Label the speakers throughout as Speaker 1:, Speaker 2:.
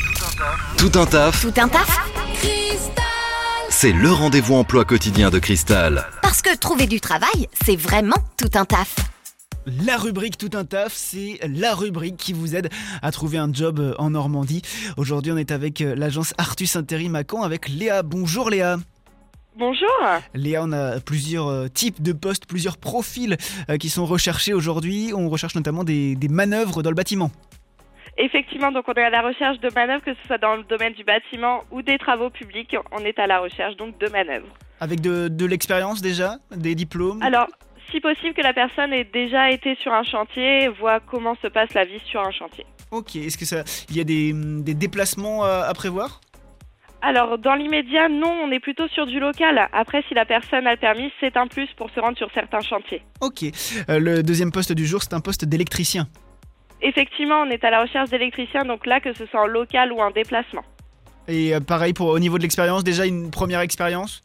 Speaker 1: Tout un taf,
Speaker 2: Tout un taf
Speaker 1: c'est le rendez-vous emploi quotidien de Cristal.
Speaker 2: Parce que trouver du travail, c'est vraiment tout un taf.
Speaker 3: La rubrique Tout un taf, c'est la rubrique qui vous aide à trouver un job euh, en Normandie. Aujourd'hui, on est avec euh, l'agence Artus Intérim à Caen avec Léa. Bonjour Léa.
Speaker 4: Bonjour.
Speaker 3: Léa, on a plusieurs euh, types de postes, plusieurs profils euh, qui sont recherchés aujourd'hui. On recherche notamment des, des manœuvres dans le bâtiment.
Speaker 4: Effectivement, donc on est à la recherche de manœuvres, que ce soit dans le domaine du bâtiment ou des travaux publics. On est à la recherche donc de manœuvres.
Speaker 3: Avec de, de l'expérience déjà, des diplômes.
Speaker 4: Alors, si possible que la personne ait déjà été sur un chantier, voit comment se passe la vie sur un chantier.
Speaker 3: Ok, est-ce que ça, il y a des, mm, des déplacements euh, à prévoir
Speaker 4: Alors, dans l'immédiat, non, on est plutôt sur du local. Après, si la personne a le permis, c'est un plus pour se rendre sur certains chantiers.
Speaker 3: Ok. Euh, le deuxième poste du jour, c'est un poste d'électricien.
Speaker 4: Effectivement, on est à la recherche d'électriciens, donc là, que ce soit en local ou en déplacement.
Speaker 3: Et euh, pareil pour au niveau de l'expérience, déjà une première expérience.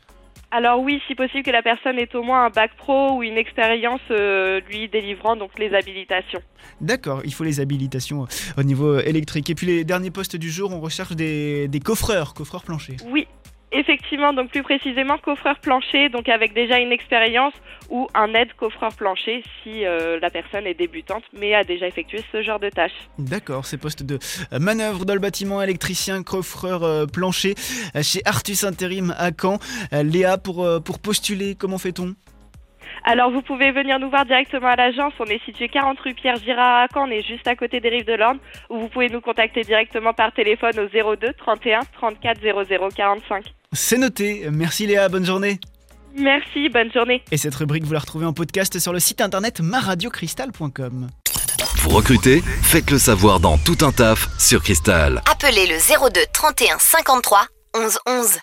Speaker 4: Alors oui, si possible que la personne ait au moins un bac pro ou une expérience euh, lui délivrant donc les habilitations.
Speaker 3: D'accord, il faut les habilitations euh, au niveau euh, électrique. Et puis les derniers postes du jour, on recherche des, des coffreurs, coffreurs planchers.
Speaker 4: Oui, effectivement, donc plus précisément coffreur plancher, donc avec déjà une expérience ou un aide coffreur plancher si euh, la personne est débutante mais a déjà effectué ce genre de tâches.
Speaker 3: D'accord, ces postes de euh, manœuvre dans le bâtiment, électricien, coffreur euh, plancher, euh, chez Artus Intérim à Caen. Euh, Léa, pour, euh, pour postuler, comment fait-on
Speaker 4: Alors vous pouvez venir nous voir directement à l'agence, on est situé 40 rue Pierre Girard à Caen, on est juste à côté des rives de l'Orne ou vous pouvez nous contacter directement par téléphone au 02 31 34 00 45.
Speaker 3: C'est noté, merci Léa, bonne journée.
Speaker 4: Merci, bonne journée.
Speaker 3: Et cette rubrique, vous la retrouvez en podcast sur le site internet maradiocristal.com.
Speaker 1: Vous recrutez Faites le savoir dans Tout un taf sur Cristal.
Speaker 2: Appelez le 02 31 53 11 11.